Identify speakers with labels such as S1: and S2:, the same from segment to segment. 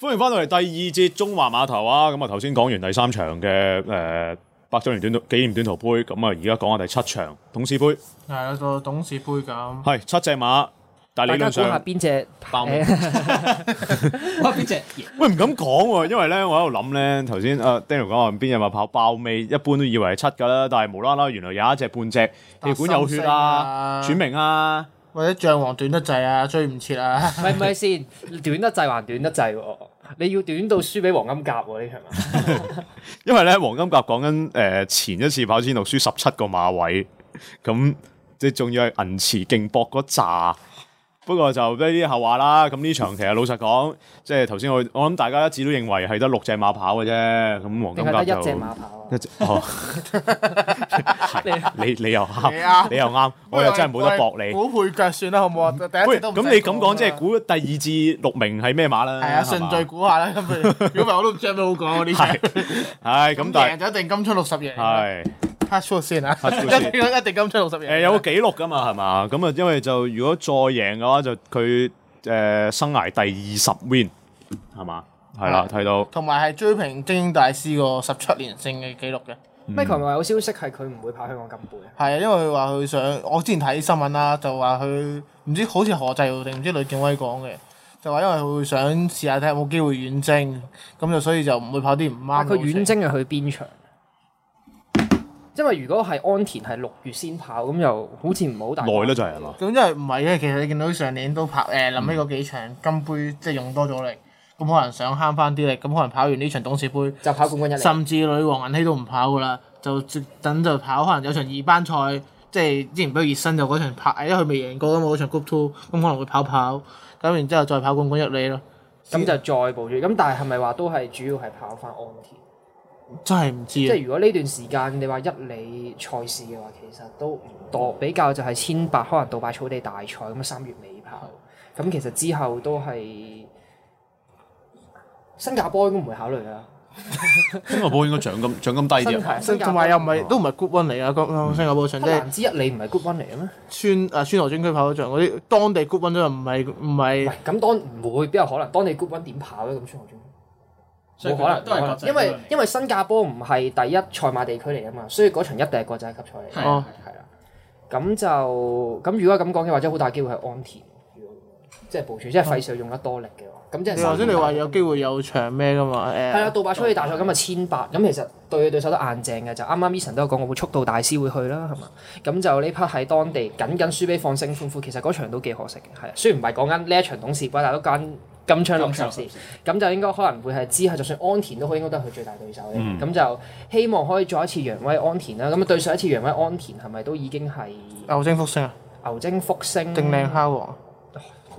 S1: 歡迎翻到嚟第二節中華碼頭啊！咁啊，頭先講完第三場嘅誒、呃百周年短紀念短途杯，咁啊，而家講下第七場董事杯，
S2: 係啊，個董事杯咁。
S1: 係七隻馬，但係
S3: 大
S1: 理
S3: 家
S1: 論
S3: 估下
S1: 上
S3: 邊啊只
S1: 爆
S3: 誒 哇邊只
S1: 喂唔敢講喎、因為咧我喺度諗咧，頭先啊 Daniel 講話邊隻馬跑爆尾，一般都以為係七㗎啦，但係無啦啦原來有一隻半隻氣管有血啊、喘
S2: 達心聲啊
S1: 明啊，
S2: 或者象王短得滯啊，追唔切啊，
S3: 唔係唔係先，短得滯還短得滯喎，你要短到輸俾黃金甲喎呢場啊，
S1: 因為咧黃金甲講緊誒前一次跑千六輸十七個馬位，咁即係仲要係銀池勁搏嗰扎。不過就呢啲後話啦。咁呢場其實老實講，即係頭先我我諗大家一致都認為係得六隻馬跑嘅啫。咁黃金
S3: 定係得
S1: 甲
S3: 一
S1: 就
S3: 隻馬跑啊
S1: 一隻哦， 係你你又
S2: 你
S1: 啱
S2: 啱，
S1: 你又啱， 我又真係冇得搏
S2: 喂
S1: 你。
S2: 估配腳算啦，好唔好啊？第一
S1: 喂，
S2: 隻都唔
S1: 咁
S2: 使
S1: 你咁講，即係
S2: 啦
S1: 估第二至六名係咩馬啦？
S2: 係啊，
S1: 係嘛
S2: 順序估下啦。 咁如如果唔係我都唔知有咩好講喎呢
S1: 係
S2: 場。
S1: 係咁，
S2: 咁
S1: 但
S2: 贏
S1: 係
S2: 就一定金槍六十贏。
S1: 係。
S2: touch wood 先啊，
S1: touch wood
S2: 一定一定金槍六十贏。
S1: 誒、有個紀錄噶嘛，係嘛？咁啊，因為就如果再贏嘅話，就佢誒、呃生涯第二十 win 係嘛？係啦，睇到
S2: 同埋係追平精英大師個十七連勝嘅記錄嘅。
S1: 嗯
S3: ？Michael 咪有消息係佢唔會跑香港金杯啊，
S2: 係啊，因為佢話佢想，我之前睇新聞啦，就話佢唔知好似何濟耀定唔知呂健威講嘅，就話因為佢會想試下睇下有冇機會遠征，咁就所以就唔會跑啲唔啱嘅
S1: 啊
S3: 但
S2: 路
S3: 啊佢
S2: 線。
S3: 遠征係去邊場？因為如果係安田係六月先跑，咁又好似唔係好大
S1: 耐啦就係係嘛？
S2: 咁因為唔係嘅，其實你見到上年都拍誒臨起嗰幾場金杯，即係用多咗力，咁可能想慳翻啲力，咁可能跑完呢場董事杯，
S3: 就跑冠軍一嚟。
S2: 甚至女王銀禧都唔跑噶啦，就直等就跑可能有場二班賽，即係之前俾佢熱身就嗰場拍，因為佢未贏過㗎嘛嗰場 Group Two，咁可能會跑跑，咁然之後再跑冠軍一哩咯，
S3: 咁就再部署。咁但係係咪話都係主要係跑翻安田？
S2: 真係唔知
S3: 即
S2: 啊
S3: 係！如果呢段時間你話一里賽事嘅話，其實都唔多，比較就係千八可能杜拜草地大賽咁啊三月尾跑。咁其實之後都係新加坡應該唔會考慮啦。
S1: 新加坡應該獎金獎金低
S3: 新
S1: 啲啊，
S3: 係新加
S2: 同
S3: 坡
S2: 埋又唔係都唔係 Group One 嚟啊，咁新加坡場即係
S3: 蘭芝一里唔係 Group One 嚟嘅咩？
S2: 村誒村河專區跑嗰場嗰啲，當地 Group One 都唔係唔係
S3: 喂，咁當唔會，邊有可能當地 Group One 點跑咧？咁雙
S4: 所以
S3: 冇
S4: 佢
S3: 可能，
S4: 都係國際
S3: 因為
S4: 杯嚟
S3: 因為新加坡唔係第一賽馬地區嚟啊嘛，所以嗰場一定係國際級賽嚟。
S4: 係
S2: 哦
S3: 係啦，咁就咁如果咁講嘅話，即係好大機會係安田，如果咁樣即係部署，即係費事用得多力嘅話，咁即係
S2: 你頭先你話有機
S3: 會
S2: 會有場咩㗎嘛？誒、
S3: 啊係啦，杜拜出去大賽咁啊千八，咁其實對佢對手都硬正嘅，就啱啱 Eason 都有講過會速度大師會去啦，係嘛？咁就呢 part 喺當地僅僅輸俾放聲歡呼，其實嗰場都幾可惜嘅，係啊，雖然唔係講緊呢一場董事杯，但係都講緊金槍六十時。咁就應該可能會係之後，就算安田都好，應該都係佢最大對手嘅。咁、就希望可以再一次揚威安田啦。咁啊對上一次揚威安田係咪都已經係
S2: 牛精福星啊，
S3: 牛精福星、
S2: 定靚蝦王？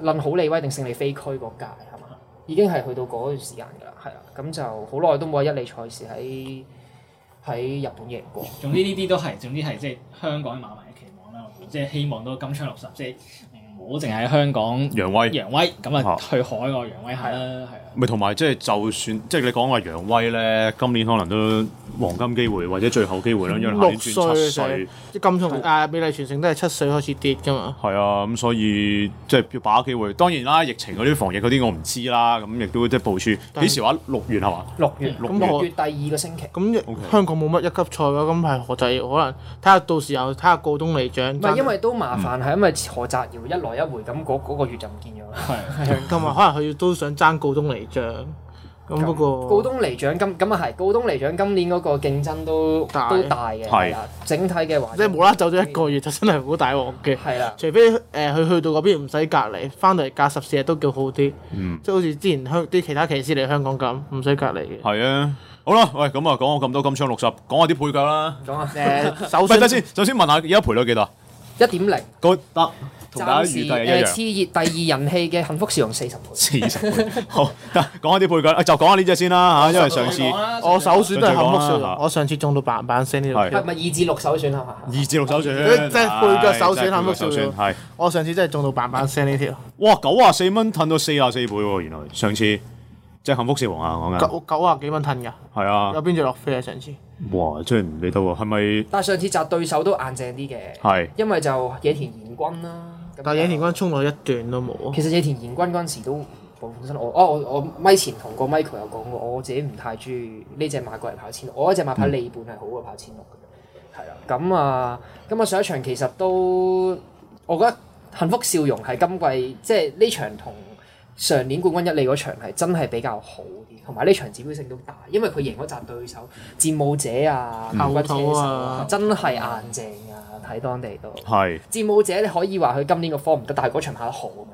S3: 論好利威定勝利飛區嗰屆係嘛？已經係去到嗰段時間㗎啦，係啦。咁就好耐都冇喺一哩賽事喺喺日本贏過。
S4: 總之呢啲都係，總之係即係香港馬迷嘅期望啦。我估即係希望都金槍六十，即係唔好淨係喺香港
S1: 揚威
S4: 揚威，咁
S1: 啊
S4: 啊去海外揚威下啦，係啊。
S1: 咪同埋即係就算即係你講話揚威咧，今年可能都黃金機會或者最後機會啦，因為下
S2: 六
S1: 年轉七嗯歲
S2: 歲，即金鐘啊！美麗傳承都係七歲開始跌㗎嘛。
S1: 係啊，咁所以即係要把握機會。當然啦，疫情嗰啲防疫嗰啲我唔知啦，咁亦都即係部署幾時話六月係嘛？
S3: 六月
S2: 六
S3: 嗯六
S2: 月
S3: 月第二個星期。
S2: 咁
S1: OK
S2: 香港冇乜一級賽嘅，咁係何濟可能睇下到時候睇下告東尼獎。
S3: 唔係因為都麻
S1: 嗯
S3: 煩，係因為何澤堯一來一回咁嗰嗰個月就唔見咗啦。
S2: 同埋可能佢都想爭告東尼獎。咁不
S1: 哦
S2: 過
S3: 高啊東尼獎今咁啊係，高東尼獎今年嗰個競爭都
S2: 大
S3: 都大嘅，
S1: 係
S3: 係啦，整體嘅環
S2: 即係無啦啦走咗一個月，就真係好大鑊嘅。
S3: 係啦，
S2: 除非誒佢、去到嗰邊唔使隔離，翻到嚟隔十四日都叫好啲，
S1: 嗯
S2: 即係好似之前香啲其他騎師嚟香港咁，唔使隔離嘅。
S1: 係啊，好啦，喂，咁啊講我咁多金槍六十，講下啲配腳啦。
S3: 講啊
S2: 誒、首
S1: 唔係，
S2: 先
S1: 等先，首先問下而家賠率幾多啊？
S3: 一點零，
S1: 個得同大家
S3: 暫
S1: 預
S3: 時
S1: 計
S3: 誒
S1: 一
S3: 次
S1: 樣，
S3: 熱第二人氣嘅幸福笑容四十倍，
S1: 四十倍。好，得講下啲配腳，啊就講下呢只先啦嚇，因為上次
S4: 講啦
S2: 我首選都係幸福笑
S1: 上次講啦
S2: 容，我上次中到板板聲呢度
S1: 係
S3: 係咪二至六首選係嘛？
S1: 二至六首選，
S2: 佢真係配腳首選
S1: 唉真係配腳
S2: 幸福笑
S1: 首
S2: 容
S1: 選係。
S2: 我上次真係中到板板聲呢條，
S1: 哇，九啊四蚊褪到四啊四倍喎，原來上次即係幸福笑容啊，講緊
S2: 九九啊幾蚊褪㗎，
S1: 係啊，
S2: 有邊只落飛啊上次？
S1: 哇，真係唔記得喎，係咪
S3: 但係上次集對手都硬淨啲嘅，
S1: 係
S3: 因為就野田賢君啦。咁
S2: 但係野田軍衝落去一段都冇啊，
S3: 其實野田賢君嗰陣時都唔本身我哦我我咪前同個 Michael 有講過，我自己唔太中意呢只馬過嚟跑千六，我嗰只馬跑利半係好過跑千六嘅，係啦。咁啊，咁啊上一場其實都我覺得幸福笑容係今季即係呢場同上年冠軍一哩嗰場係真係比較好啲，同埋呢場指標性都大，因為佢贏嗰扎對手戰舞者啊、
S2: 嗯
S3: 冠軍車手
S2: 後土啊
S3: 啊，真係硬正啊，睇當地都。
S1: 係
S3: 戰舞者你可以話佢今年個科唔得，但係嗰場跑得好啊嘛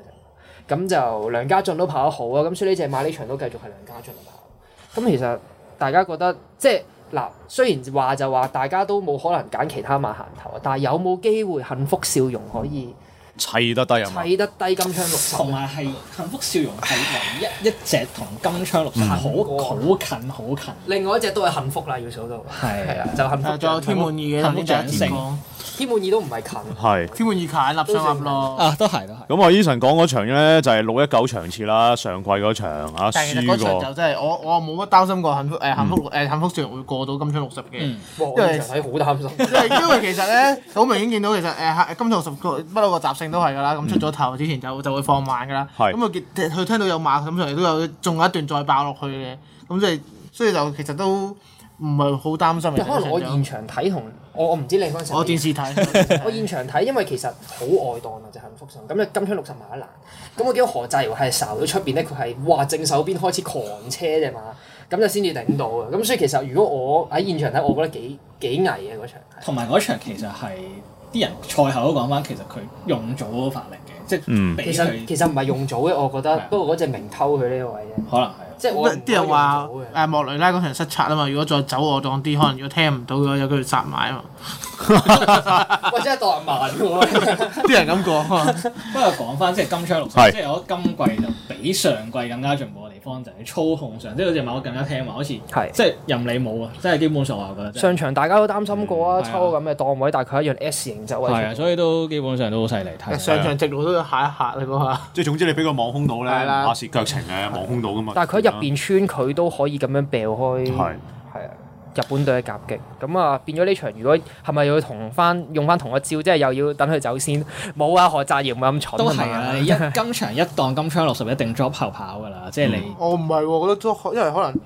S3: 就，咁就梁家俊都跑得好啊，咁所以呢只馬呢場都繼續係梁家俊跑。咁其實大家覺得即係嗱，雖然話就話大家都冇可能揀其他馬行頭啊，但係有冇機會幸福笑容可以
S1: 砌得低啊嘛，
S3: 砌得低金槍六十？
S4: 同埋係幸福笑容係唯一一隻同金槍
S1: 嗯
S4: 六十好好近好近。
S3: 另外一隻都係幸福啦，要數到
S4: 係
S3: 係啦，啊就幸
S2: 誒
S3: 福。
S2: 啊仲有天滿意嘅，頭先第一次講
S3: 天滿意都唔係近，
S1: 係。
S2: 天滿意揀立上立咯。
S4: 啊，都係都係。
S1: 咁我 Eason 講嗰場咧就係六一九場次啦，上季嗰場啊
S2: 但係其
S1: 輸
S2: 實嗰場就
S1: 過，
S2: 真係我我冇乜擔心過幸福誒幸福誒幸福上會過到金槍六十嘅。
S4: 嗯，
S3: 哇！我呢場睇好擔心。
S2: 因為因為其實咧，好明顯見到其實誒金頭十個不嬲個習性都係㗎啦，咁出咗頭之前就就會放慢㗎啦。
S1: 係
S2: 咁佢見佢聽到有馬咁上嚟都有，仲有一段再爆落去嘅，咁即係所以就其實都唔係好擔心嘅。
S3: 可能我
S2: 成
S3: 現
S2: 長
S3: 場睇同我我唔知你嗰陣時有冇
S2: 我電視睇，
S3: 我現場睇，因為其實好外檔啊，就幸福上咁你金槍六十馬難，咁我見到何濟華係睄到出邊咧，佢係哇正手邊開始狂車啫嘛，咁就先至頂到嘅。咁所以其實如果我喺現場睇，我覺得幾幾危嘅嗰場係。
S4: 同埋嗰場其實係啲人賽後都講翻，其實佢用咗嗰個法力嘅，即
S1: 嗯
S4: 係俾
S3: 其實
S4: 佢
S3: 其實唔係用組嘅，我覺得
S4: 係啊，
S3: 不過嗰隻明偷佢呢個位啫，
S4: 可能係。
S3: 即係我唔
S2: 啲人話
S3: 覺得用組嘅
S2: 誒莫雷拉嗰場失策啊嘛，如果再走我當啲，可能如果聽唔到嘅話，有機會殺埋啊 嘛。
S3: 喂真係當人慢嘅喎。
S2: 啲人咁講啊，
S4: 不過講翻即係金槍六
S1: 係
S4: 十，即係我覺得今季就比上季更加進步嘅地方就係操控上，即係好似某更加聽話，好似
S3: 係
S4: 即係任你冇啊，即係基本上我覺得真係。
S3: 上場大家都擔心過啊，
S4: 嗯係啊
S3: 抽咁嘅檔位，但係佢一樣 S 型走位出嚟。
S4: 係啊，所以都基本上都好犀利 睇。
S2: 上場直路都要嚇一嚇你嗰下。
S1: 即係總之你俾個網空到咧，
S2: 係啦
S1: 唔怕蝕腳程嘅網空到噶嘛。
S3: 但係佢喺入邊穿，佢都可以咁樣掉開。
S1: 係
S3: 係啊，日本隊嘅夾擊，咁啊變咗呢場，如果係咪要同翻用翻同一招，即係又要等佢走先？冇啊，何澤耀唔係咁蠢
S4: 都係
S3: 係
S4: 啊！你一今場一檔金槍六十一定 drop 後跑㗎啦，即係你
S2: 我唔係喎，我覺得都因為可能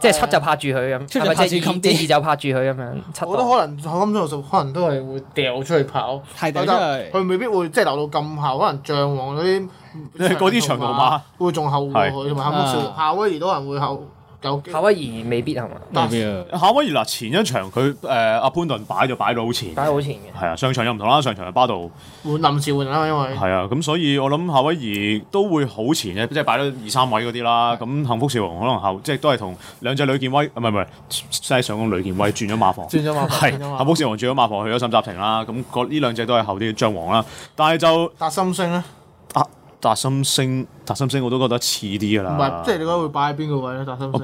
S3: 即係七就拍住佢咁，
S4: 七
S3: 係
S4: 就
S3: 咪
S4: 拍住
S3: 即係二
S4: 咁
S3: 即
S4: 啲
S3: 係二就拍住佢咁樣？七
S2: 我覺得
S3: 檔
S2: 可能金鐘數可能都係會掉出去跑，
S4: 係掉
S2: 但
S4: 出去
S2: 佢未必會即係留到咁後，可能象王 嗰啲
S1: 嗰啲長途馬
S2: 會仲後過佢，同埋
S4: 啊
S2: 幸福少夏威夷都可能會後有機
S3: 夏威夷未必係嘛？
S2: 但
S4: 未必啊
S1: 夏威夷嗱，前一場佢誒阿潘頓擺就擺到好前，
S3: 擺好前嘅，
S1: 係啊，上場又唔同啦，上場係巴度，
S2: 換臨時換啦，因為
S1: 係啊，咁所以我諗夏威夷都會好前嘅，即係擺到二三位嗰啲啦。咁幸福少龍可能後即係都係同兩隻呂健威，唔係唔係，即係上講呂健威轉咗馬房。
S2: 轉咗
S1: 係
S2: 馬房，轉咗
S1: 幸
S2: 馬
S1: 福少龍轉咗馬房去咗沈集庭啦，咁嗰呢兩隻都係後啲嘅將王啦，但係就。
S2: 達心星咧，
S1: 達達心星，達心星我都覺得似啲噶
S2: 唔
S1: 啦，
S2: 係即係你覺得會擺喺邊個位咧？達心星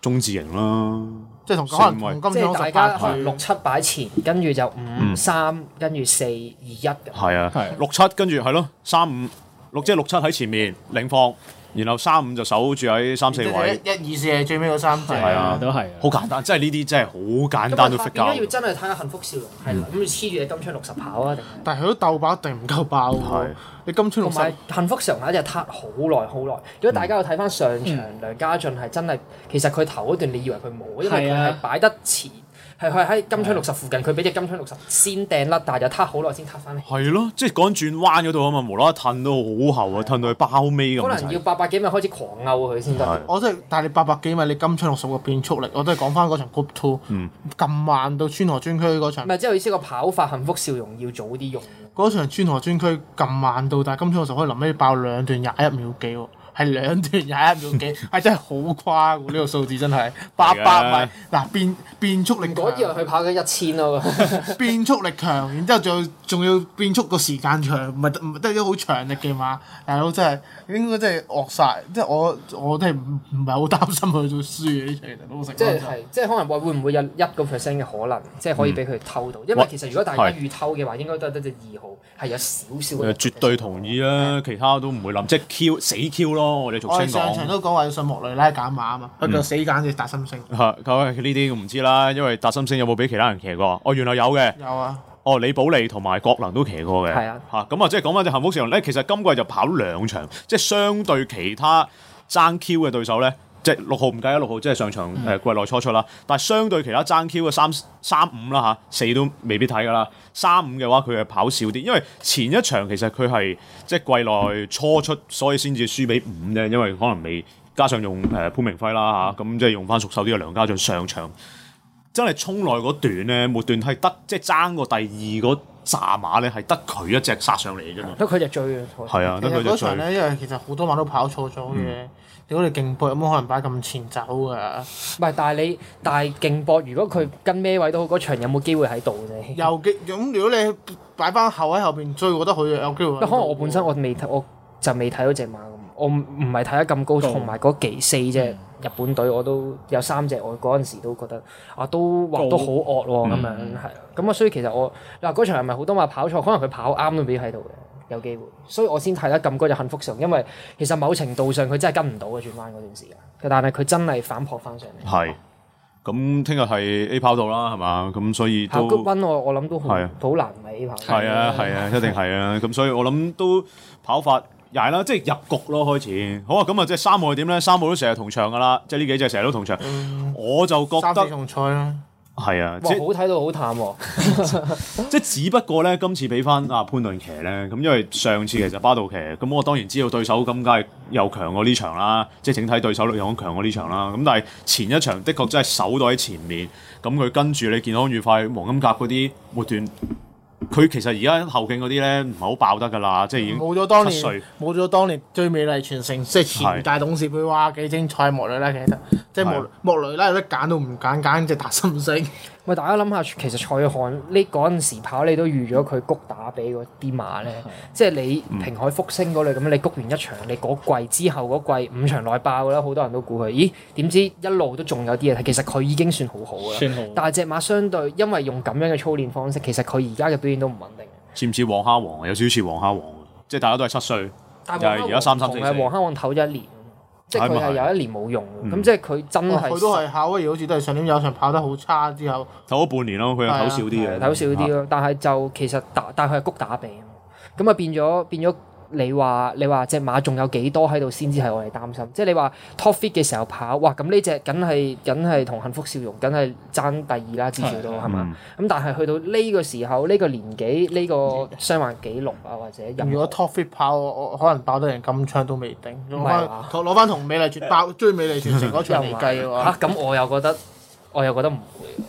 S1: 中字型啦，
S2: 即係同可
S1: 成位
S2: 能同
S3: 即
S2: 金鐘
S3: 係大
S2: 十
S3: 家
S2: 八
S3: 可能
S2: 佢
S3: 六七擺前，跟住就五
S1: 嗯
S3: 三，跟住四二一咁。
S1: 係啊
S4: 係，
S1: 六七跟住係咯，三五六即係六七喺前面領放，然後三五就守住喺三四
S2: 即
S1: 位，
S2: 係一一二四係最尾嗰三隻，
S1: 係啊
S4: 都係啊
S1: 好簡單，即係呢啲真係好簡單
S3: 咁
S1: 都
S3: 啊
S1: fit
S3: 變咗要
S1: 㗎，
S3: 真係睇下幸福笑容係諗住黐住你金槍六十跑啊定係？
S2: 但係佢都鬥爆一定唔夠爆喎
S1: 係。
S2: 你金鐘六
S3: 同埋
S2: 十
S3: 幸福常馬就攤好耐好耐。如果大家有睇翻上場，梁家俊係真係其實佢頭嗰段你以為佢冇，因為
S4: 係
S3: 佢
S4: 啊
S3: 係擺得前，係佢係喺金槍六十附近，佢俾只金槍六十先掟甩，但係就攤好耐先攤翻起。
S1: 係咯，即係講轉彎嗰度啊嘛，無啦啦褪到好後啊，褪到去包尾咁
S3: 可能要
S1: 滯，
S3: 八百幾米開始狂勾佢先
S1: 係
S3: 得。
S2: 我真係，但係你八百幾米，你金槍六十個變速力，我都係講翻嗰場 Group Two，
S1: 嗯
S2: 咁慢到川河專區嗰場
S3: 唔，係，即係我意思個跑法幸福笑容要早啲用。
S2: 嗰場川河專區咁慢到，但係金槍六十可以臨尾爆兩段廿一秒幾喎，係兩段廿一秒 幾，係真係好誇喎！呢個數字真係八百米，嗱變變速力
S3: 嗰以為
S2: 強，啊
S3: 佢跑緊一千 咯，
S2: 變速力強，然之後仲要仲要變速個時間長，唔係唔係得啲好長力嘅馬，大佬真係應該真係惡晒，即係我我真係唔唔係好擔心佢會輸嘅呢場，其實老實講
S3: 即係係 即係可能話會唔會有一個 percent 嘅可能，即係可以俾佢偷到。因為其實如果大家
S1: 係
S3: 預偷嘅話，應該都係得隻二號係有少少
S1: 誒
S3: 嘅。
S1: 絕對同意啦，其他都唔會諗，即係 Q 死 Q 咯，我哋俗
S2: 我哋
S1: 稱
S2: 上場
S1: 講。
S2: 都講話要信莫雷拉減馬啊嘛，佢個死揀隻達心星
S1: 啊嚇，咁呢啲我唔知啦，因為達心星有冇俾其他人騎過？哦，原來有嘅。
S2: 有啊，
S1: 哦，哦，李寶利同埋郭能都騎過嘅，
S3: 係啊
S1: 嚇咁啊，即係講翻只幸福少龍咧，其實今季就跑兩場，即係相對其他爭 Q 嘅對手咧，即係六號唔計啊，六號即係上場誒
S3: 嗯
S1: 季內初出啦，但係相對其他爭 Q 嘅三三五啦嚇，四都未必睇噶啦，三五嘅話佢係跑少啲，因為前一場其實佢係即係季內初出，所以先至輸俾五啫，因為可能未加上用誒潘明輝
S2: 嗯
S1: 啦嚇，咁即係用翻熟手啲嘅梁家俊上場。真係衝內嗰段咧，末段係得即係爭過第二嗰扎馬咧，係得佢一隻殺上嚟嘅啫嘛。
S3: 得佢只追嘅，
S1: 係啊，
S2: 哦其
S1: 得佢
S2: 實嗰
S1: 就
S2: 場
S1: 最
S2: 咧，因為其實好多馬都跑錯咗嘅。屌你勁搏有冇可能擺咁前走啊㗎？
S3: 唔係，但係你但係勁搏，如果佢跟咩位都好，嗰場有冇機會喺度啫？
S2: 又嘅咁，如果你擺翻後喺後邊追，我覺得佢有機會喺度。
S3: 可能我本身我未睇，我就未睇到只馬咁，我唔唔係睇得咁
S1: 哦
S3: 高，
S4: 高
S3: 同埋嗰
S1: 嗯
S3: 幾四隻日本隊我都有三隻，我嗰陣時都覺得啊都畫
S4: 高
S3: 都好惡喎咁
S1: 嗯
S3: 樣，係啊咁啊，所以其實我嗱嗰場係咪好多馬跑錯？可能佢跑啱都未必喺度嘅。有機會，所以我先睇得咁高就幸福上，因為其實某程度上佢真係跟唔到嘅轉彎嗰段時間，但係佢真係反撲翻上嚟。
S1: 係。咁聽日係 A 跑道啦，係嘛？咁所以
S3: 跑
S1: 都
S3: good win 我我諗都好
S1: 係啊
S3: 好難為呢排。
S1: 係啊，係啊，一定係啊。咁所以我諗都跑法曳啦，即係入局咯開始。好啊，咁啊，即係三號係點咧？三號都成日同場噶啦，即係呢幾隻成日都同場。我就覺
S2: 三四
S1: 得
S2: 重賽啦，
S1: 係啊，
S3: 哇，
S1: 即
S3: 好睇到好淡喎，
S1: 即係只不過咧，今次俾翻阿潘頓騎咧，咁因為上次其實巴道騎，咁我當然知道對手咁，梗係又強過呢場啦，即係整體對手力又強過呢場啦。咁但係前一場的確真係守到喺前面，咁佢跟住你健康愉快黃金甲嗰啲末段，佢其實而家後勁嗰啲咧唔係好爆得㗎啦，即係已經
S2: 冇咗當
S1: 七
S2: 年
S1: 歲
S2: 冇咗當年最美麗傳承，即
S1: 係
S2: 係前大董事杯哇幾精彩莫雷拉其實，即係莫
S1: 係
S2: 莫雷拉有得揀都唔揀，揀只達心星。
S3: 喂，大家諗下，其實蔡漢呢嗰陣時跑，你都預咗佢谷打俾嗰啲馬咧，即係你
S1: 嗯
S3: 平海福星嗰類咁，你谷完一場，你嗰季之後嗰季五場內爆啦，好多人都估佢，咦？點知一路都仲有啲嘢睇，其實佢已經算好好啦。
S4: 算好。
S3: 但係只馬相對因為用咁樣嘅操練方式，其實佢而家嘅表現都唔穩定。
S1: 似唔似黃蝦王啊？有少少似黃蝦王，即係大家都係七歲，
S3: 但
S1: 又係而家三三四四
S3: 係黃黑旺唞咗一年，即係
S1: 係咪
S3: 佢係有一年冇用，咁即係佢真
S2: 哇
S3: 嗯係
S2: 哦佢都係夏威夷，好似都係上年有場跑得好差之後，
S1: 唞咗半年咯，佢又唞少啲
S4: 啊
S1: 嘅，
S3: 睇少啲咯。但係就其實打，但係佢係谷打比啊嘛，咁啊變咗變咗。你話你話只馬仲有幾多喺度先至係我哋擔心，即係你話 top fit 嘅時候跑，哇咁呢只梗係梗係同幸福笑容梗係爭第二啦，至少都
S4: 係嗯
S3: 係嘛？咁但係去到呢個時候，呢、個年紀，呢、個傷患紀錄啊，或者任
S2: 如
S3: 何
S2: 果 top fit 跑，我我可能爆得人金槍都未定。攞
S3: 係啊
S2: 翻
S3: 嘛
S2: 攞翻同美麗傳 爆追美麗傳承嗰場嚟計嘅
S3: 又
S2: 話
S3: 話，嚇啊咁、我又覺得我又覺得唔會。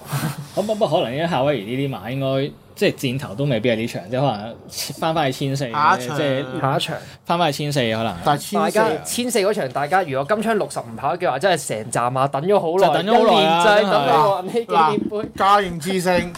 S4: 咁不不可能因為夏威夷呢啲馬應該即係箭頭都未必係呢場，即係可能翻翻去千四，即
S2: 下一場
S4: 係
S3: 下一場。
S4: 翻翻去千四可能。
S2: 但係
S3: 大
S2: 千
S3: 家
S2: 四啊
S3: 千四嗰場，大家如果金槍六十唔跑嘅話，真係成站馬等咗好
S4: 就
S3: 耐，
S4: 等咗好耐啊
S3: 一年就係等到運氣紀念杯。
S2: 家應之星，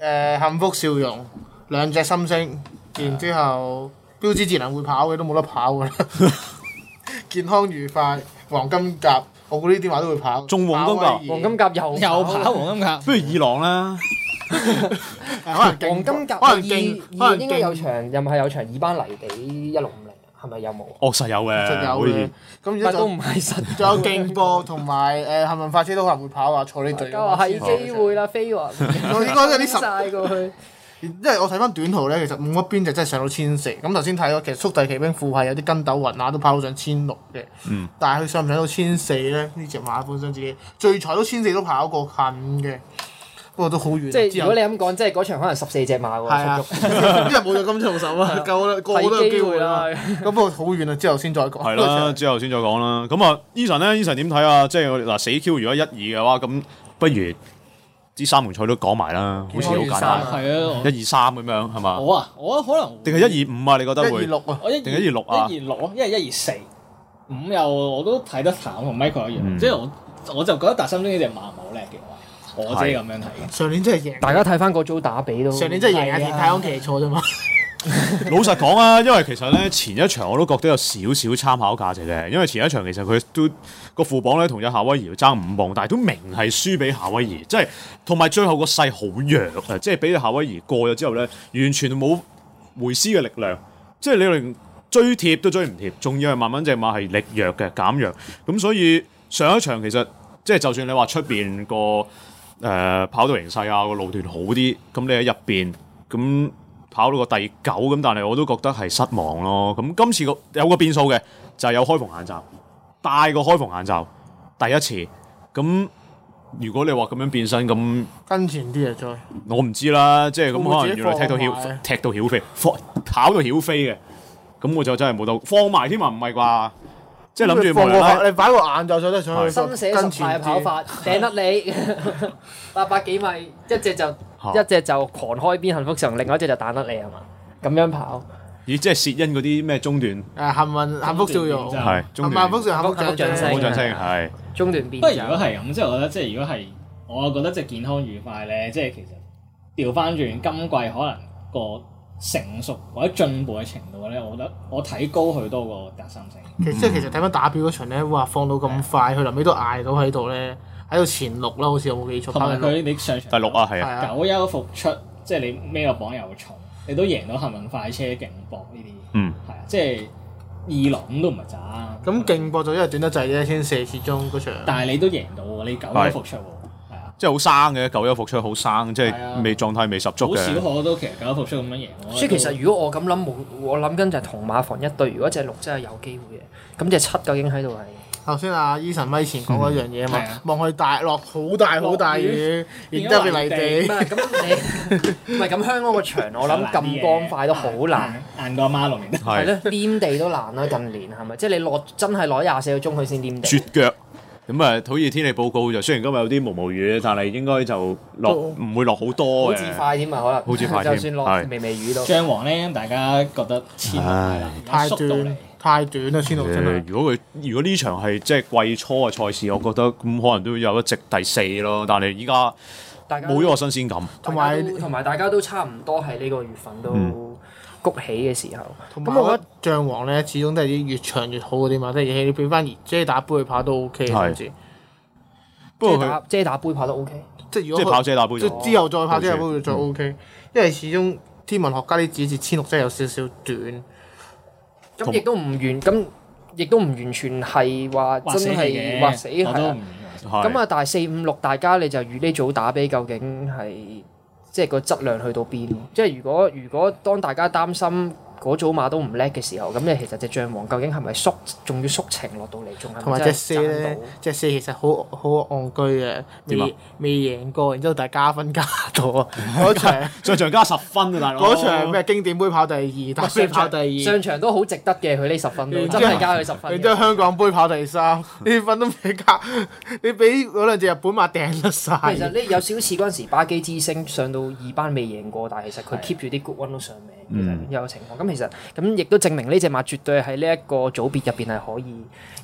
S2: 誒幸福笑容，兩隻心星，然之後標誌智能會跑嘅都冇得跑㗎啦。 健康愉快，黃金甲，我估呢啲馬都會跑。
S1: 仲黃金甲
S2: 馬威
S3: 黃
S2: 夷
S3: 金甲又
S4: 又跑黃金甲，
S1: 不如二郎啦，
S2: 誒可能勁
S3: 黃金甲
S2: 可能勁，
S3: 二
S2: 可
S3: 二
S2: 能
S3: 應該有
S2: 勁，
S3: 場，又咪係有場二班泥地一六五零，係咪有冇？
S1: 哦實有嘅，
S2: 實有
S1: 好似
S2: 嘅。咁然之後
S3: 但都
S2: 就
S3: 唔係實。
S2: 仲有競波同埋誒幸運快車都可能會跑啊，坐呢
S3: 大
S2: 隊。
S3: 家話哦係機會啦，飛雲
S2: 我應該 有啲十
S3: 曬過 去。
S2: 因為我睇翻短途咧，其實冇乜邊就真係上到千四。咁頭先睇咗，其實速遞騎兵副係有啲跟斗雲啊，都跑到上千六嘅。
S1: 嗯
S2: 但係佢上唔上到千四咧？呢只馬本身自己最彩都千四都跑過近嘅，不過都好遠。啊
S3: 即係
S2: 之
S3: 如
S2: 後
S3: 果你咁講，即係嗰場可能十四隻馬
S2: 係
S3: 喎
S2: 啊，， 因為冇咗金操手啊，夠 啦，個個都有機
S3: 係機
S2: 會
S3: 會
S2: 啦
S3: 啦。
S2: 咁不過好遠啊，之後先再講。
S1: 係啦，之後先再講啦。咁啊，Eason 咧，Eason 點睇啊？即係我哋嗱死 Q 如果一二嘅話，咁不如啲三門賽都講埋啦，好似好簡
S2: 啊
S1: 單，
S4: 係啊
S1: 一二三咁樣係
S4: 我！
S1: 嘛？
S4: 我啊，我可能
S1: 定係一二五啊？你覺得
S2: 一二
S1: 會？
S2: 六啊，
S4: 我一
S1: 定一二六啊
S4: 一二六啊，一係一二四，五又我都睇得淡，同 Michael 一樣，
S1: 嗯
S4: 即係我我就覺得達心中呢只馬唔係好叻嘅，我我自己咁樣睇
S1: 嗯
S4: 嘅。
S2: 上年真係贏，
S3: 大家睇翻個組打比都。
S2: 上年真係
S3: 啊
S2: 贏阿啊田泰安騎錯啫嘛。
S1: 老實講啊，因為其實咧前一場我都覺得有少少參考價值嘅，因為前一場其實佢都個副榜咧同只夏威夷爭五磅，但係都明係輸俾夏威夷，即係同埋最後個勢好弱啊！即係俾夏威夷過咗之後咧，完全冇回師嘅力量，即係你連追貼都追唔貼，仲要係慢慢只馬係力弱嘅減弱，咁所以上一場其實即係就算你話出邊個誒、跑道形勢啊個路段好啲，咁你喺入邊咁跑到個第九咁，但係我都覺得係失望咯。咁今次個有個變數嘅就係、有開篷眼罩，戴個開篷眼罩第一次。咁如果你話咁樣變身，咁
S2: 跟前啲啊再。
S1: 我唔知啦，即係咁
S2: 會唔會
S1: 可能
S2: 自己
S1: 原來踢到
S2: 放埋
S1: 曉踢到曉飛，放跑到曉飛嘅，咁我就真係冇到放埋添啊，唔係啩？即係諗住無
S2: 放
S1: 啦啦
S2: 個你擺個眼罩上得上去，
S3: 心寫
S2: 跟
S3: 十大
S2: 前
S3: 跑
S2: 啲。
S3: 法，掟得你 八百幾米，一隻就
S1: 嚇
S3: 一隻就狂開邊幸福城，另外一隻就彈得你係嘛？咁樣跑，
S1: 咦，即係薛恩嗰啲咩中段
S2: 誒幸運幸福笑容，幸
S1: 係中
S2: 運
S1: 段
S2: 幸福笑容，幸福
S3: 幸
S2: 掌
S3: 福掌聲
S1: 好
S2: 聲。
S1: 掌聲係
S3: 中段變
S4: 不過如果係咁，即係我覺得即係如果係，我覺得即係健康愉快咧，即係其實調翻轉今季可能個成熟或者進步嘅程度咧，我覺得我睇高佢多過達心星。
S2: 其即係其實睇翻打表嗰場咧，哇放到咁快，佢臨尾都嗌到喺度咧，喺度前六啦，好似我冇記錯。
S4: 同埋
S2: 跑緊
S4: 佢你上場
S1: 第六啊，係
S2: 六係
S1: 啊，
S2: 啊，
S4: 久休復出，即係你孭個榜又重，你都贏到幸運快車勁搏呢啲，
S1: 嗯，
S4: 係啊，即係二郎都唔係渣。
S2: 咁，勁播咗，因為短得滯啫，先四次中嗰場。
S4: 但係你都贏到喎，你久
S1: 係
S4: 休復出喎，係啊，
S1: 即係好生嘅，久休復出好生，即
S4: 係
S1: 係
S4: 啊
S1: 未狀態未十足
S4: 好少
S1: 嘅，
S4: 可都其實久休復出咁樣贏喎。
S3: 所以其實如果我咁諗冇，我諗緊就係同馬房一對，如果隻六真係有機會嘅，咁隻七究竟喺度係？
S2: 頭先阿 Eason 咪前講嗰樣嘢啊
S4: 係啊
S2: 嘛，望佢大落好大好大雨，然之後佢泥
S3: 唔
S2: 地，
S3: 係咁 你唔係咁香港個場，我諗咁光快都好難。
S4: 啊硬過馬龍贏得。
S3: 係
S1: 係
S3: 咯，黏地都難啦，近年係咪？即係你落真係攞廿四個鐘佢先黏地。
S1: 絕腳。咁啊，好似天氣報告就雖然今日有啲毛毛雨，但係應該就落
S2: 都
S1: 唔會落好
S3: 好
S1: 多
S3: 似
S1: 嘅。
S3: 快添啊，可能
S1: 好似快添
S3: 就算落
S1: 係
S3: 微微雨都。
S4: 張王咧，大家覺得千六係啦，
S2: 太
S4: 縮到嚟
S2: 短，太短啊啦，千六真
S1: 誒
S2: 係。
S1: 如果佢如果呢場係即係季初嘅賽事，我覺得咁可能都有一直第四咯。但係依家
S3: 大家
S1: 冇咗個新鮮感，
S2: 同埋
S3: 大家都同埋大家都差唔多喺呢個月份都谷起嘅時候。
S2: 同
S3: 咁
S2: 埋
S3: 我
S2: 我
S3: 覺
S2: 覺得象王咧，始終都係啲越長越好嗰啲嘛，即係你俾翻即係打杯去跑都 OK
S1: 係
S2: 甚至
S1: 不
S3: 遮
S1: 過
S3: 打
S1: 佢
S3: 遮打杯跑得 OK，
S2: 即係如
S1: 即
S2: 果
S1: 係
S2: 佢
S1: 跑車打杯
S2: 即
S1: 咗
S2: 之後再拍啲
S1: 啊嗯
S2: 入會再 OK，因為始終天文學家啲指節千六真係有少少
S1: 嗯
S2: 短，
S3: 咁
S1: 同
S3: 亦都唔完，咁亦都唔完全係話
S4: 畫死
S3: 真
S4: 你
S3: 係
S4: 嘅，
S3: 劃死
S4: 我都
S3: 係
S4: 唔
S3: 啊。
S4: 明。
S1: 係
S3: 咁啊，但係四五六大家你就預呢組打比究竟係即係個質量去到邊？即係如果如果當大家擔心。嗰組馬都唔叻嘅時候，咁你其實只象王究竟係咪縮，仲要縮情落到嚟，仲係
S2: 同
S3: 咪
S2: 埋
S3: 真
S2: 隻
S3: 係
S2: 四
S3: 爭
S2: 咧
S3: 到？，
S2: 隻四其實好好戇居嘅，
S1: 點啊
S2: 未未贏過，然之後但係加分加到 啊嗰場
S1: 上場加十分啊，大佬！
S2: 嗰場咩經典杯跑第二， 打
S3: 上
S2: 杯跑
S3: 場
S2: 第二
S3: 上，場都好值得嘅，佢呢十分都
S2: 然之
S3: 真
S2: 後
S3: 係加佢十分
S2: 然之後
S3: 嘅。
S2: 香港杯跑第三， 呢分都未加，你俾嗰兩隻日本馬掟得晒。
S3: 其實呢有少少似嗰陣時巴基之星上到二班未贏過，但係其實佢 keep 住啲 good one 都上名，其
S1: 嗯
S3: 實有情況。咁其實咁亦都證明呢只馬絕對喺呢一個組別入邊係可以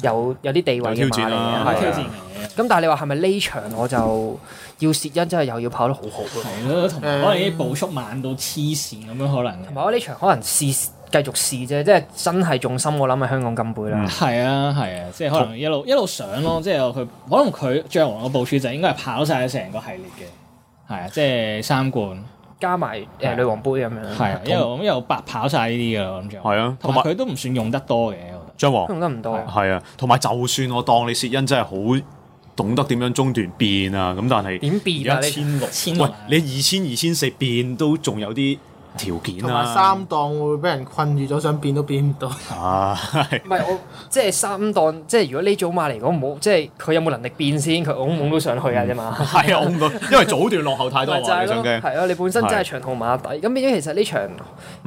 S3: 有有啲地位嘅
S1: 有挑戰
S3: 馬嚟
S1: 啦
S3: 嘅，
S4: 挑
S3: 係
S4: 戰
S3: 啊。
S4: 嘅，
S3: 咁但係你話係咪呢場我就要薛恩真係又要跑得好好咯？
S4: 係咯，同埋可能啲步速慢到黐線咁樣，可能
S3: 同埋我呢場可能試繼續試啫，即係真係重心我諗係香港金杯
S1: 嗯
S3: 啦。
S4: 係啊，係啊，即係可能一路一路上咯，即係佢可能佢象王嘅部署就應該係跑晒成個系列嘅，係啊，即係三冠，
S3: 加埋誒女王杯咁樣，
S4: 係啊，一路一路白跑晒呢啲噶啦，我諗住
S1: 係啊
S4: 同
S1: 同
S4: 埋
S1: 埋
S4: 佢都唔算用得多嘅，我覺
S1: 張王。
S3: 用得唔多。
S1: 係啊，同埋就算我當你薛恩真係好懂得點樣中段變啊，咁但係
S3: 點變啊
S1: 而家千
S4: 得千六啊
S1: 喂，你二千二千四變都仲有啲條件啊
S2: 同
S1: 啦、
S2: 埋三檔會俾人困住咗，想變都變唔到。
S1: 啊，係
S3: 唔係我即係三檔，即係如果呢組馬嚟講，唔好即係佢有冇能力變先，佢拱拱到上去嘅啫嘛。
S1: 係啊，我唔到，因為早段落後太多
S3: 咪就
S1: 啊，
S3: 係
S1: 你想
S3: 咯，
S1: 驚？
S3: 係啊！你本身真係長途馬底，咁變咗其實呢場
S1: 嗯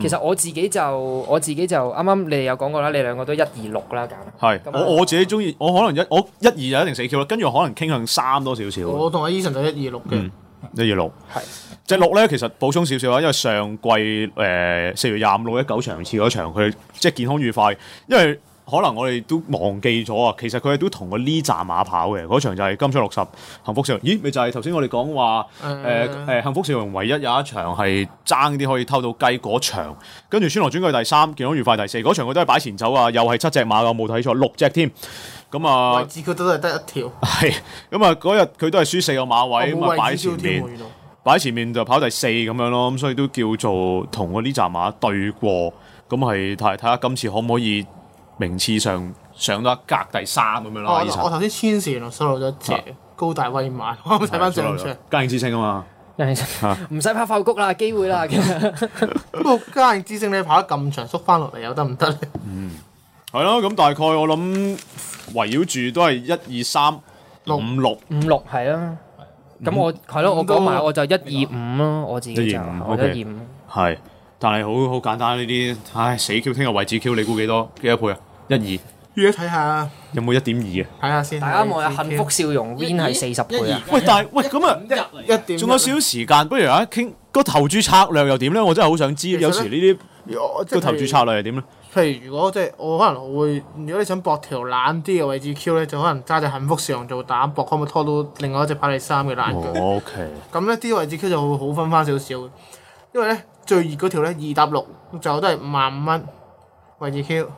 S3: 其實我自己就我自己就啱啱你哋有講過啦，你兩個都一二六啦揀。
S1: 係
S3: 咁啊
S1: 我我自己中意，我可能一我一二就一定死 Q 啦，跟住我可能傾向三多少少，
S2: 我同阿 Eason 就一二六嘅
S1: 嗯，一二六。
S3: 係
S1: 只六咧，其實補充少少啊啦，因為上季誒四月廿五號一九場次嗰場，佢即係健康愉快，因為可能我哋都忘記咗啊，其實佢哋都同個呢扎馬跑嘅嗰場就係金槍六十幸福笑容，咦咪就係頭先我哋講話
S2: 嗯
S1: 誒
S2: 誒
S1: 誒幸福笑容唯一有一場係爭啲可以偷到雞嗰場，跟住川羅專佢第三，健康愉快第四嗰場佢都係擺前走啊，又係七隻馬嘅，我冇睇錯六隻添，咁
S2: 位
S1: 啊
S2: 置佢都係得一條，
S1: 係，咁啊嗰日佢都係輸四個馬
S2: 我
S1: 位，咁啊
S2: 冇
S1: 擺
S2: 位置
S1: 前
S2: 招添
S1: 面
S2: 喎。。原來
S1: 擺前面就跑第四咁樣咯，咁所以都叫做同我呢扎馬對過，咁係睇睇下今次可唔可以名次上上到一格第三咁樣
S2: 哦
S1: 啦，醫
S2: 我
S1: 生。
S2: 我
S1: 啊
S2: 頭先千時原來收漏咗一隻高大威猛，我睇翻上場，
S1: 家境之星啊嘛，
S3: 人哋就唔使拍爆谷啦，機 會啦，
S2: 不過加人之星你跑得咁長，縮翻落嚟又得唔得咧？
S1: 系咯，咁大概我諗圍繞住都係一二三
S2: 六
S1: 五六，
S3: 五六係啦。咁我係咯，我講埋我就一二五咯，我自己就
S1: 一二五
S3: 我一
S1: OK
S3: 二五。
S1: 係，但係好好簡單呢啲，唉死 Q，聽日位置 Q 你估幾多幾多倍啊？一二
S2: 而家睇下
S1: 有冇一點二啊？
S2: 睇下先。
S3: 大家望下幸福笑容 Win 係四十倍啊！
S1: 喂，但係喂咁啊，
S4: 一
S2: 一點一
S1: 仲有少少時間，不如啊傾個投注策略又點咧？我真係好想知，
S2: 實呢
S1: 有時呢啲
S2: 我哦即
S1: 個
S2: 係
S1: 投注策略又點咧？
S2: 譬如如果即係我可能會，如果你想搏條懶啲嘅位置 Q 咧，就可能揸只幸福上做膽搏，可唔可以拖到另外一隻跑第三嘅懶腳？
S1: O K，
S2: 咁呢啲位置 Q 就會好分翻少少嘅，因為咧最熱嗰條咧二搭六就都係五萬五蚊位置 Q，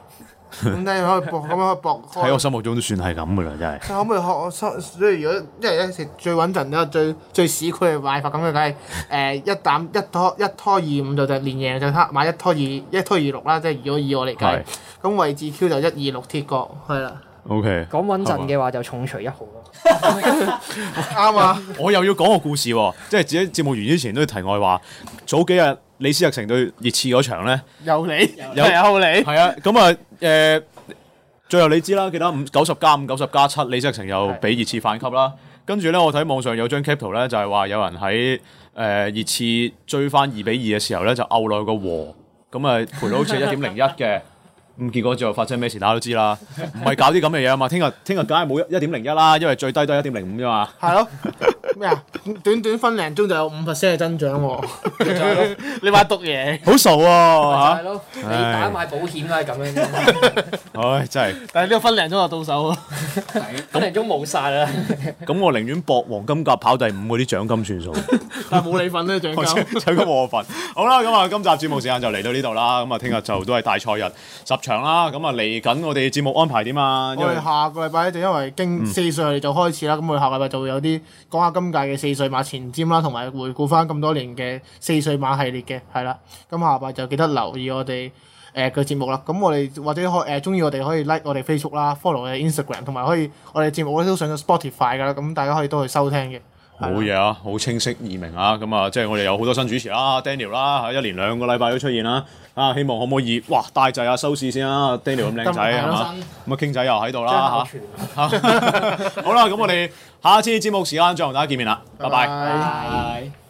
S2: 咁你可以搏，咁樣可以搏
S1: 喺我
S2: 開。
S1: 心目中都算係咁噶啦，真係。
S2: 但可唔可以學我收？所以如果一係咧食最穩陣啦，最最市區嘅買法，咁佢梗係誒一膽一拖一拖二五就就連贏就得買一拖二一拖二六啦，即係如果以我嚟計
S1: 係，
S2: 咁位置 Q 就一二六鐵角係啦，
S1: O K，
S3: 講穩陣嘅話就重除一號咯。
S2: 啱啊！
S1: 我又要講個故事喎，即係自己節目完之前都要題外話。早幾日李斯特城對熱刺嗰場咧，
S2: 有你
S1: 有
S2: 有你，
S1: 係啊，咁啊誒，最後你知啦，記得五九十加五、九十加七，李斯特城又俾熱刺反級啦。跟住咧，我睇網上有張 cap 圖咧，就係話有人喺誒、呃、熱刺追翻二比二嘅時候咧，就勾落個和，咁啊賠到好 似一點零一嘅。咁結果最後發生咩事，大家都知啦。唔係搞啲咁嘅嘢啊嘛。聽日聽日梗係冇一點零一啦，因為最低都係一點零五啫嘛。
S2: 係咯咩啊？短短分零鐘就有五 percent 嘅增長喎， 你話讀嘢？
S1: 好傻喎、嚇
S3: 係咯，你打買保險都係咁樣啫嘛，
S1: 唉，真係
S2: 但係呢個分零鐘就到手啊！
S3: 分零鐘冇晒啦。
S1: 咁，我寧願搏黃金甲跑第五嗰啲獎金算數，
S2: 但係冇你份 咧，獎金。
S1: 獎金我份。好啦，咁啊，今集節目時間就嚟到呢度啦。咁啊，聽日就都係大賽日十場啦。咁啊，嚟緊我哋節目安排點啊？因
S2: 我
S1: 為
S2: 哋下個禮拜咧就因為經四歲就開始啦，咁我哋下個禮拜就會有啲講下今屆嘅四歲馬前瞻啦，同埋回顧翻咁多年嘅四歲馬系列嘅，係啦。咁下個禮拜就記得留意我哋誒嘅節目啦。咁我哋或者可誒中意我哋可以 like 我哋 Facebook 啦，follow 我哋 Instagram，同埋可以我哋節目咧都上咗 Spotify 噶啦，咁大家可以都去收聽嘅。
S1: 冇嘢啊，好清晰易明啊。咁啊，即係我哋有好多新主持啦，Daniel 啦，一連兩個禮拜都出現啦。啊，希望可唔可以哇帶制啊收視先啦，Daniel 咁靚仔係嘛？咁啊，傾仔又喺度 啦
S3: 真係
S1: 啊嚇。好啦，咁我哋下次節目時間再同大家見面啦，拜拜。
S4: 拜。